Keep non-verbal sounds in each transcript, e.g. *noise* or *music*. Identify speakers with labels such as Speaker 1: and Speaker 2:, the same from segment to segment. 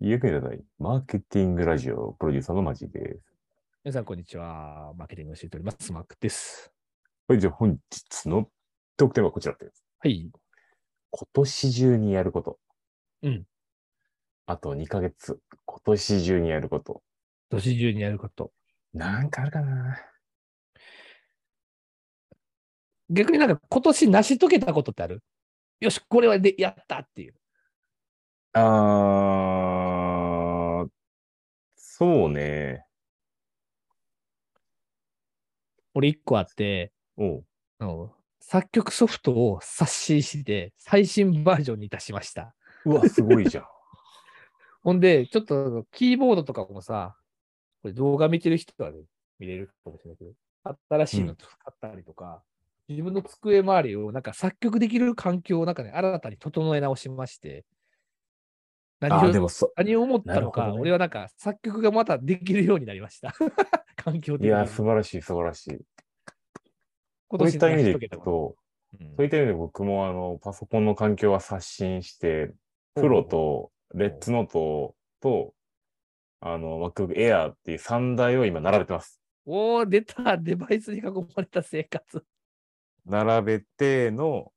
Speaker 1: 役に立たない。マーケティングラジオ、プロデューサーのマジです。
Speaker 2: 皆さん、こんにちは。マーケティングを教えております。マークです。
Speaker 1: はい、じゃあ本日の特典はこちらです。
Speaker 2: はい。
Speaker 1: 今年中にやること。
Speaker 2: うん。
Speaker 1: あと2ヶ月。今年中にやること。
Speaker 2: 年中にやること。
Speaker 1: なんかあるかな
Speaker 2: 逆になんか今年成し遂げたことってあるよし、これはでやったっていう。
Speaker 1: あー、そうね。
Speaker 2: 俺一個あって、
Speaker 1: おう
Speaker 2: あの作曲ソフトを刷新して、最新バージョンにいたしました。
Speaker 1: うわ、すご
Speaker 2: *laughs*
Speaker 1: いじゃん。
Speaker 2: ほんで、ちょっとキーボードとかもさ、これ動画見てる人はね、見れるかもしれないけど、新しいの使ったりとか、自分の机周りをなんか作曲できる環境をなんかね、新たに整え直しまして、何
Speaker 1: あー、
Speaker 2: を
Speaker 1: でもそ、
Speaker 2: 何を思った
Speaker 1: な
Speaker 2: の
Speaker 1: る
Speaker 2: か、
Speaker 1: ほどね
Speaker 2: 俺はなんか作曲がまたできるようになりました。 *laughs* 環境
Speaker 1: い
Speaker 2: 的に。
Speaker 1: や、素晴らしい、素晴らしい。
Speaker 2: 今
Speaker 1: そうい
Speaker 2: 年
Speaker 1: った意
Speaker 2: の
Speaker 1: 味で
Speaker 2: 成し
Speaker 1: い
Speaker 2: 遂げた
Speaker 1: く、
Speaker 2: ことうん
Speaker 1: そういった意味で僕もあのパソコンの環境は刷新して、
Speaker 2: ほう
Speaker 1: プロとレッツノートと、あの、MacBook Air っていう3台を今並べてます。
Speaker 2: おー、出たデバイスに囲まれた生活。
Speaker 1: 並べての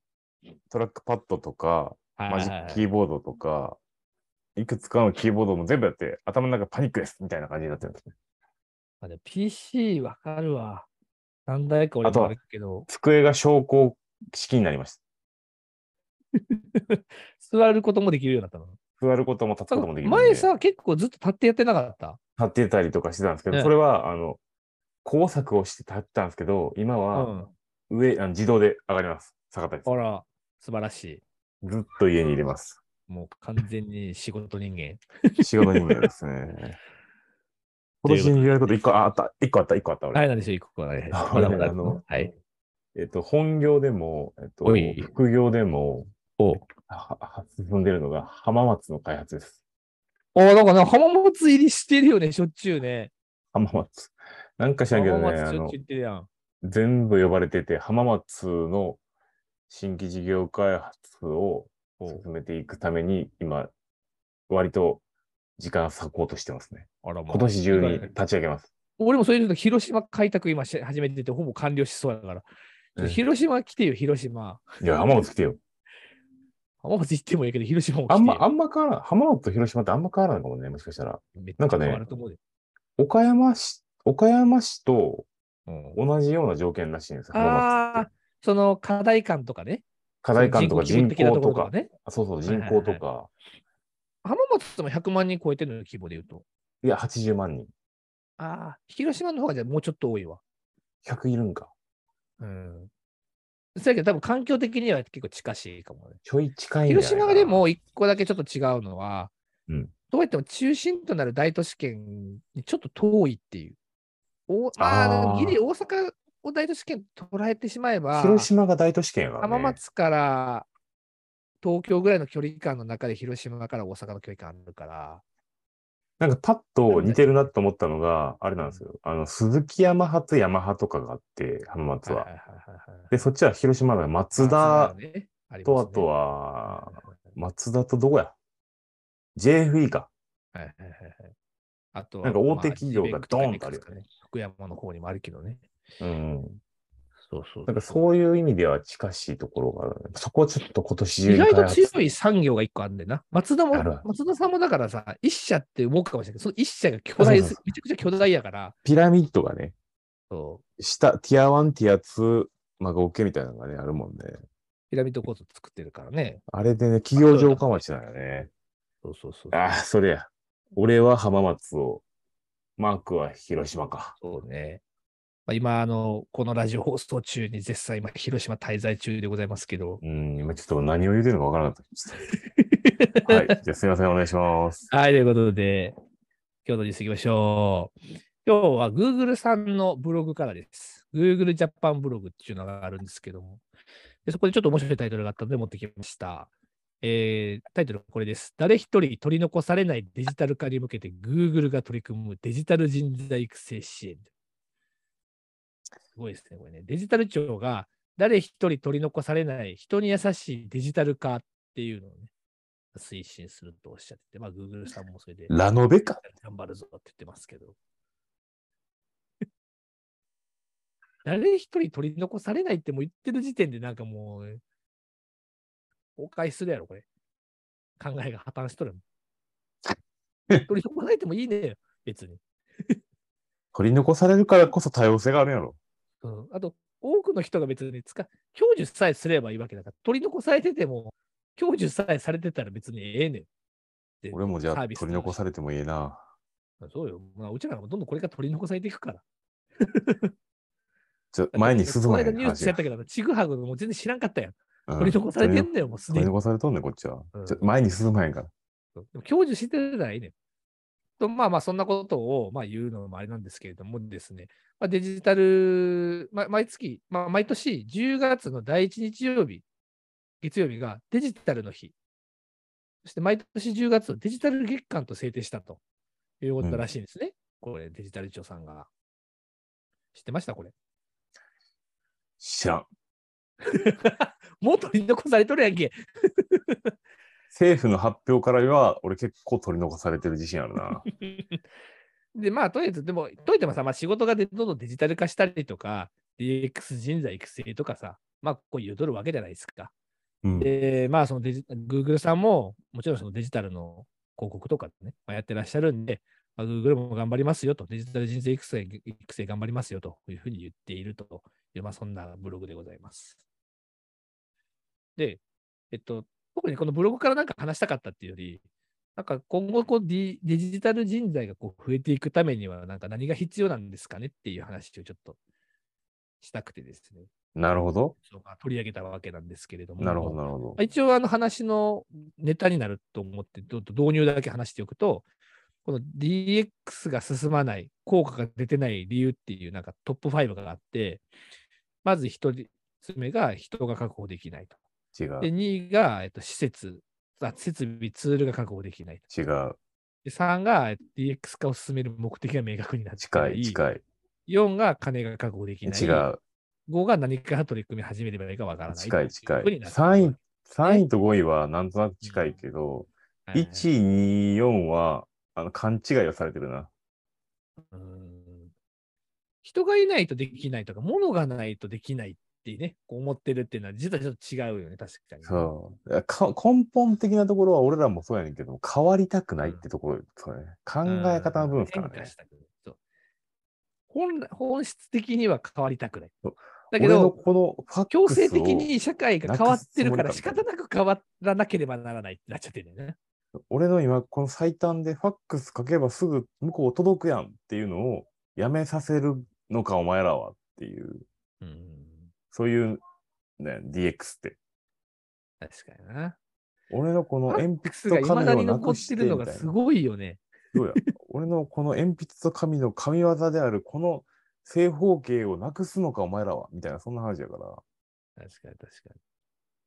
Speaker 1: トラックパッドとか、マジックキーボードとか、いくつかのキーボードも全部やって、頭の中パニックですみたいな感じになってるんですね。
Speaker 2: あで PC わかるわ。何台か俺
Speaker 1: あと
Speaker 2: も
Speaker 1: は
Speaker 2: あるけど、
Speaker 1: 机が昇降式になりました。
Speaker 2: 座ることもできるようになったの。
Speaker 1: 座ることも立つこともできるんで。
Speaker 2: 前さ、結構ずっと立ってやってなかった。
Speaker 1: 立ってたりとかしてたんですけど、
Speaker 2: ね
Speaker 1: それは、あの、工作をして立ってたんですけど、今
Speaker 2: う
Speaker 1: は
Speaker 2: ん。
Speaker 1: 上、あの自動で上がります。下がったりです
Speaker 2: ほら、素晴らしい。
Speaker 1: ずっと家に入れます。
Speaker 2: もう完全に仕事
Speaker 1: *laughs*
Speaker 2: 人間。
Speaker 1: 仕事人間ですね。今
Speaker 2: と *laughs* いうことで
Speaker 1: 年にやること1個ああった、1個あった、1個あった、俺。
Speaker 2: はい、なんでしょう、一個は。はいはい
Speaker 1: あ
Speaker 2: まだまだ
Speaker 1: あの
Speaker 2: はい。
Speaker 1: えっと、本業でも、えっと
Speaker 2: おい、
Speaker 1: 副業でも、
Speaker 2: おう
Speaker 1: はは進んでるのが浜松の開発です。
Speaker 2: おー、なんかね、浜松入りしてるよね、しょっちゅうね。
Speaker 1: 浜松。なんか知らんけど
Speaker 2: 浜
Speaker 1: ね、
Speaker 2: 松
Speaker 1: あ
Speaker 2: しょっ
Speaker 1: の
Speaker 2: ちゅう行ってるやん。
Speaker 1: 全部呼ばれてて、浜松の新規事業開発を進めていくために、今、割と時間割こうとしてますね。
Speaker 2: あら、まあ
Speaker 1: 今年中に立ち上げます。
Speaker 2: 俺もそういうの広島開拓今し始めてて、ほぼ完了しそうだから。ちょっと
Speaker 1: うん
Speaker 2: 広島来てよ、広島。
Speaker 1: いや、浜松来てよ。
Speaker 2: 浜松行ってもいいけど、広島も来て
Speaker 1: あ
Speaker 2: よ
Speaker 1: んま、あんま変わらない。浜松と広島ってあんま変わらないかもね、もしかしたら。
Speaker 2: めっち
Speaker 1: な
Speaker 2: ゃ
Speaker 1: んかね
Speaker 2: 変わると思うで
Speaker 1: 岡山市、岡山市と
Speaker 2: うん
Speaker 1: 同じような条件らしいんですよ。浜松っ
Speaker 2: ああ
Speaker 1: て、
Speaker 2: その課題感とかね。
Speaker 1: 課題感とか
Speaker 2: その
Speaker 1: 人
Speaker 2: 基本的な
Speaker 1: 口
Speaker 2: ろ
Speaker 1: とか、
Speaker 2: ね。
Speaker 1: そうそう、人
Speaker 2: はいはい
Speaker 1: 口
Speaker 2: はい
Speaker 1: とか、
Speaker 2: 浜松も100万人超えてるのよ、規模で言うと。
Speaker 1: いや、80万人。
Speaker 2: ああ、広島の方がじゃあもうちょっと多いわ。
Speaker 1: 100いるんか。
Speaker 2: うん。そやけど、多分環境的には結構近しいかもね。
Speaker 1: ちょい近いんじゃない
Speaker 2: 広
Speaker 1: かな
Speaker 2: 島がで、も一個だけちょっと違うのは、
Speaker 1: うん
Speaker 2: どうやっても中心となる大都市圏にちょっと遠いっていう。おまあ、
Speaker 1: あー
Speaker 2: だからギリ大阪を大都市圏と捉えてしまえば、
Speaker 1: 広島が大都市圏やから、ね。
Speaker 2: 浜松から東京ぐらいの距離感の中で広島から大阪の距離感あるから、
Speaker 1: なんかパッと似てるなと思ったのが、あれなんですよ。あの、鈴木ヤマハとヤマハとかがあって、浜松
Speaker 2: はい
Speaker 1: は。
Speaker 2: はいはいはいはい
Speaker 1: で、そっちは広島の松
Speaker 2: まあ
Speaker 1: 田
Speaker 2: そうだよねあります
Speaker 1: と、
Speaker 2: ね
Speaker 1: あと
Speaker 2: は
Speaker 1: は、松田とどこや ?JFE か。
Speaker 2: いはいはいはいあとは
Speaker 1: なんか大手企業がドーンとあるよね
Speaker 2: ま JBEC とかね福山の方にもあるけどね。
Speaker 1: うん。
Speaker 2: そうそう
Speaker 1: なんかそういう意味では近しいところがあるね。そこはちょっと今年中
Speaker 2: 意
Speaker 1: に
Speaker 2: 外と
Speaker 1: 開発
Speaker 2: 強い産業が一個あるんだよな。松田も
Speaker 1: ある、
Speaker 2: 松田さんもだからさ、一社って思うかもしれないけど、その一社が巨大
Speaker 1: そうそう
Speaker 2: す、めちゃくちゃ巨大やから、
Speaker 1: ピラミッドがね、
Speaker 2: そう
Speaker 1: 下、ティア1、ティア2、まあ、合計みたいなのがね、あるもんね。
Speaker 2: ピラミッド構造作ってるからね。
Speaker 1: あれでね、企業城下町なんよね。
Speaker 2: そうそうそう。
Speaker 1: ああ、それや。俺は浜松を、マークは広島か。
Speaker 2: そうね。まあ、今、あの、このラジオ放送中に絶賛今、広島滞在中でございますけど。
Speaker 1: うん、今ちょっと何を言うてるのかわからなかった。
Speaker 2: *laughs*
Speaker 1: はい。じゃあすいません、お願いします。
Speaker 2: はい、ということで、今日のニュース行きましょう。今日は Google さんのブログからです。Google ジャパンブログっていうのがあるんですけども。でそこでちょっと面白いタイトルがあったので持ってきました。えータイトルはこれです。誰一人取り残されないデジタル化に向けて Google が取り組むデジタル人材育成支援。すごいですね、これね。デジタル庁が誰一人取り残されない人に優しいデジタル化っていうのをね、推進するとおっしゃってて、まあ、Google さんもそれで
Speaker 1: ラノベか。
Speaker 2: 頑張るぞって言ってますけど。 *laughs* 誰一人取り残されないってもう言ってる時点でなんかもう、崩壊するやろ、これ。考えが破綻しとるもん。
Speaker 1: *laughs*
Speaker 2: 取り残されてもいいねよ、別に。
Speaker 1: 取り残されるからこそ多様性があるんやろ。
Speaker 2: うん、あと、多くの人が別に使う、享受さえすればいいわけだから、取り残されてても、享受さえされてたら別にええねん。で
Speaker 1: 俺もじゃあ
Speaker 2: サー
Speaker 1: 取
Speaker 2: ビスと
Speaker 1: り残されてもいいな。
Speaker 2: そうよ。まあ、うちらがどんどんこれから取り残されていくから。
Speaker 1: ちょ前に進まへ
Speaker 2: この間
Speaker 1: ん
Speaker 2: ニュー
Speaker 1: 話
Speaker 2: スや
Speaker 1: や
Speaker 2: ったけど、ちぐはぐのもう全然知らんかったやん。
Speaker 1: うん
Speaker 2: 取り残されてんだよ、もうす
Speaker 1: 取
Speaker 2: で
Speaker 1: り
Speaker 2: に。
Speaker 1: 残されとんねん、こっちは
Speaker 2: うん。
Speaker 1: ちょ前に進まへんから。
Speaker 2: でも享受してたらいいねん。とまあまあ、そんなことを、まあ、言うのもあれなんですけれどもですね、まあ、デジタル、まあ、毎月、まあ、毎年10月の第1日曜日、月曜日がデジタルの日。そして毎年10月をデジタル月間と制定したということらしいんですね。これ、デジタル庁さんが。知ってましたこれ。 *laughs*
Speaker 1: 知らん。
Speaker 2: もう取り残されとるやんけ。
Speaker 1: 政府の発表からは、俺結構取り残されてる自信ある
Speaker 2: *laughs*
Speaker 1: な。
Speaker 2: で、まあ、とりあえず、でも、といってもさ、まあ、仕事がでどんどんデジタル化したりとか、DX 人材育成とかさ、まあ、こう言うとるわけじゃないですか。
Speaker 1: うん。
Speaker 2: で、まあ、そのデジ、Google さんも、もちろんそのデジタルの広告とかね、まあ、やってらっしゃるんで、まあ、Google も頑張りますよと、デジタル人材育成、育成頑張りますよというふうに言っているという、まあ、そんなブログでございます。で、えっと、特にこのブログからなんか話したかったっていうより、なんか今後こうディデジタル人材がこう増えていくためには、なんか何が必要なんですかねっていう話をちょっとしたくてですね、
Speaker 1: なるほど。
Speaker 2: そうまあ取り上げたわけなんですけれども。
Speaker 1: なるほど、なるほど
Speaker 2: まあ。一応あの話のネタになると思って、ど導入だけ話しておくと、この DX が進まない、効果が出てない理由っていうなんかトップ5があって、まず一人つ目が人が確保できないと。
Speaker 1: 違
Speaker 2: で、
Speaker 1: う。
Speaker 2: 2が、えっと、施設、あ設備、ツールが確保できないと。
Speaker 1: 違う。
Speaker 2: で、3がえっと DX 化を進める目的が明確になってな
Speaker 1: 近い、
Speaker 2: い。
Speaker 1: 近い。
Speaker 2: 4が金が確保できない。
Speaker 1: 違う。
Speaker 2: 5が何から取り組み始めればいいかわからない。
Speaker 1: 近い、近い。
Speaker 2: とうふうになってます
Speaker 1: 3位、三位と5位はなんとなく近いけど、
Speaker 2: はいはい
Speaker 1: 1、2、4は、あの、勘違いをされてるな。
Speaker 2: うーん人がいないとできないとか、物がないとできないってね、こう思ってるっていうのは、実はちょっと違うよね、確かに。
Speaker 1: そう。いやか根本的なところは俺らもそうやねんけど、変わりたくないってところ、そうね。考え方の部分ですから
Speaker 2: 変化
Speaker 1: ね
Speaker 2: し。たくないそう本来本質的には変わりたくない
Speaker 1: そう。
Speaker 2: だけ
Speaker 1: 俺の
Speaker 2: ど、
Speaker 1: このファックスを
Speaker 2: 強制的に社会が変わってるから
Speaker 1: なくす
Speaker 2: 仕
Speaker 1: つもり
Speaker 2: 方
Speaker 1: だ
Speaker 2: なく変わらなければならないってなっちゃってるんだよね。
Speaker 1: 俺の今この最短でファックス書けばすぐ向こう届くやんっていうのをやめさせるのかお前らはっていう、
Speaker 2: うん、
Speaker 1: そういうね、DX って。
Speaker 2: 確かにな。
Speaker 1: 俺のこの鉛筆
Speaker 2: ファック
Speaker 1: と
Speaker 2: スが未だ
Speaker 1: 紙を
Speaker 2: に
Speaker 1: な
Speaker 2: 残
Speaker 1: く
Speaker 2: っ
Speaker 1: してて
Speaker 2: るの
Speaker 1: み
Speaker 2: が
Speaker 1: たい
Speaker 2: す
Speaker 1: な。
Speaker 2: ごいよね。
Speaker 1: どうや俺のこの鉛筆と紙の神業であるこの正方形をなくすのかお前らはみたいなそんな話やから。
Speaker 2: 確かに確かに。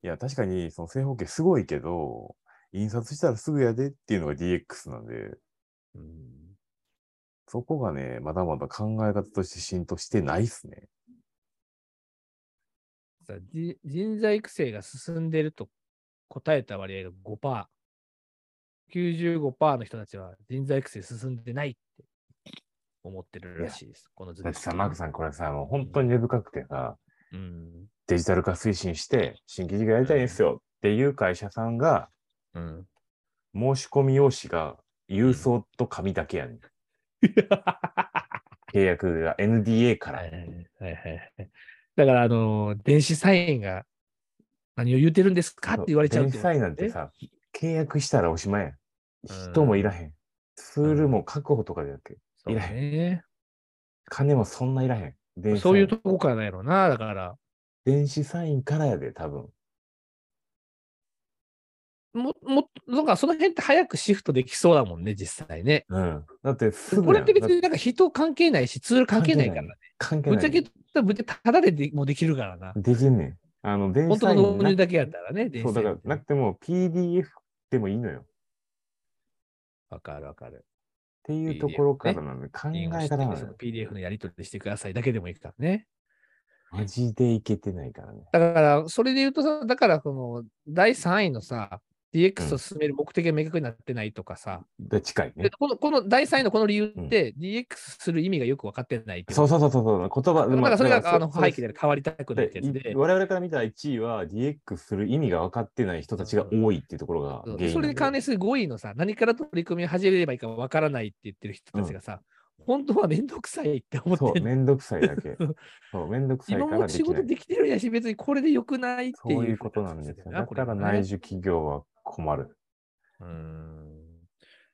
Speaker 1: いや、確かにその正方形すごいけど、印刷したらすぐやでっていうのが DX なんで、
Speaker 2: うん
Speaker 1: そこがね、まだまだ考え方として浸透してないっすね。
Speaker 2: さじ人材育成が進んでると答えた割合が5%。95%の人たちは人材育成進んでないって思ってるらしいです。この図
Speaker 1: だっ
Speaker 2: で
Speaker 1: て
Speaker 2: す
Speaker 1: さ、マークさん、これさ、もう本当に根深くてさ、
Speaker 2: うん。
Speaker 1: デジタル化推進して、新規事業やりたいんですよっていう会社さんが、
Speaker 2: うん。
Speaker 1: 申し込み用紙が郵送と紙だけやねん。契約が NDA か
Speaker 2: はいは
Speaker 1: ら
Speaker 2: い。はいはい。だから、あのー、電子サインが何を言うてるんですかって言われちゃう
Speaker 1: 電
Speaker 2: っ
Speaker 1: 子
Speaker 2: て
Speaker 1: サインなんてさ、契約したらおしまいやん。
Speaker 2: うん
Speaker 1: 人もいらへん。ツールも確保とかじゃなくて、
Speaker 2: そうね。
Speaker 1: 金もそんないらへん。電子サ
Speaker 2: そう
Speaker 1: イ
Speaker 2: い
Speaker 1: ン
Speaker 2: うとこからだろうな。だから、
Speaker 1: 電子サインからやで、多分。
Speaker 2: も、も、なんかその辺って早くシフトできそうだもんね、実際ね。
Speaker 1: うん。だってすぐやん
Speaker 2: これって別
Speaker 1: だ
Speaker 2: になんか人関係ないし、ツール関係ないからね。
Speaker 1: 関係
Speaker 2: ぶ
Speaker 1: ない。
Speaker 2: っちゃけ言ったら、ぶっちゃけただででもできるからな。
Speaker 1: できんねん。あの、電子
Speaker 2: 本当
Speaker 1: サイ
Speaker 2: の
Speaker 1: ン
Speaker 2: 導入
Speaker 1: な
Speaker 2: だけやったらね、電
Speaker 1: そう、
Speaker 2: 子
Speaker 1: だ
Speaker 2: サイン
Speaker 1: からなくても PDF でもいいのよ。っ
Speaker 2: わかるわかる。
Speaker 1: ていうところからなので、考え
Speaker 2: 引用して
Speaker 1: 方なの
Speaker 2: その
Speaker 1: よ。
Speaker 2: PDF のやり取りしてくださいだけでもいいからね。
Speaker 1: マジでいけてないからね。
Speaker 2: だから、それで言うとさ、だから、この第3位のさ、 DX を進める目的が明確になってないとかさ、
Speaker 1: で、近いね
Speaker 2: で。このこの第3位のこの理由って、DX する意味がよく分かってないってい
Speaker 1: そうそうそうそうそう、言葉、
Speaker 2: だからそれ
Speaker 1: だか
Speaker 2: が
Speaker 1: ら
Speaker 2: あの背景で変わりたくないってやつ
Speaker 1: で
Speaker 2: で
Speaker 1: い、我々から見た1位は DX する意味が分かってない人たちが多いっていうところが
Speaker 2: そう
Speaker 1: 原因
Speaker 2: それに関連する5位のさ、何から取り組み始めればいいか分からないって言ってる人たちがさ、本当はめんどくさいって思
Speaker 1: そ
Speaker 2: って
Speaker 1: う、
Speaker 2: る。
Speaker 1: めんどくさいだ
Speaker 2: *laughs*
Speaker 1: け
Speaker 2: そう。
Speaker 1: そう、めんどくさい
Speaker 2: 今
Speaker 1: か
Speaker 2: も
Speaker 1: ら
Speaker 2: う
Speaker 1: で
Speaker 2: 仕
Speaker 1: きな
Speaker 2: 事
Speaker 1: い。
Speaker 2: できてるやし、別にこれでよくないっていう。
Speaker 1: そういうことなんですよ。だから内需企業は困る。
Speaker 2: うん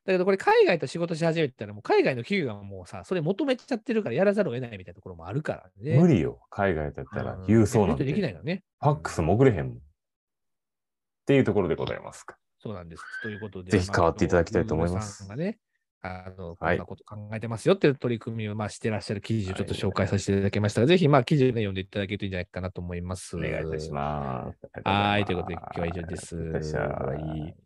Speaker 2: だけどこれ海外と仕事し始めたら、もう海外の企業がもうさ、それ求めちゃってるからやらざるを得ないみたいなところもあるからね。
Speaker 1: 無
Speaker 2: 理
Speaker 1: 理よ、海外だったら。郵送なんて。
Speaker 2: でき
Speaker 1: フ
Speaker 2: ないのね。
Speaker 1: ァックスも送れへんもん。っていうところでございますか。
Speaker 2: そうなんです。ということで。
Speaker 1: ぜひ
Speaker 2: まあ
Speaker 1: 変わっていただきたいと思います
Speaker 2: あのルールさんがね、あの、こ
Speaker 1: は
Speaker 2: ん
Speaker 1: い
Speaker 2: なこと考えてますよっていう取り組みを、まあ、してらっしゃる記事をちょっと紹介させていただきましたが、ぜひ、まあ、記事を、ね、読んでいただけるといいんじゃないかなと思います。
Speaker 1: お願いいたします。
Speaker 2: はい、ということで、今日は以上です
Speaker 1: ありがとうございました
Speaker 2: はい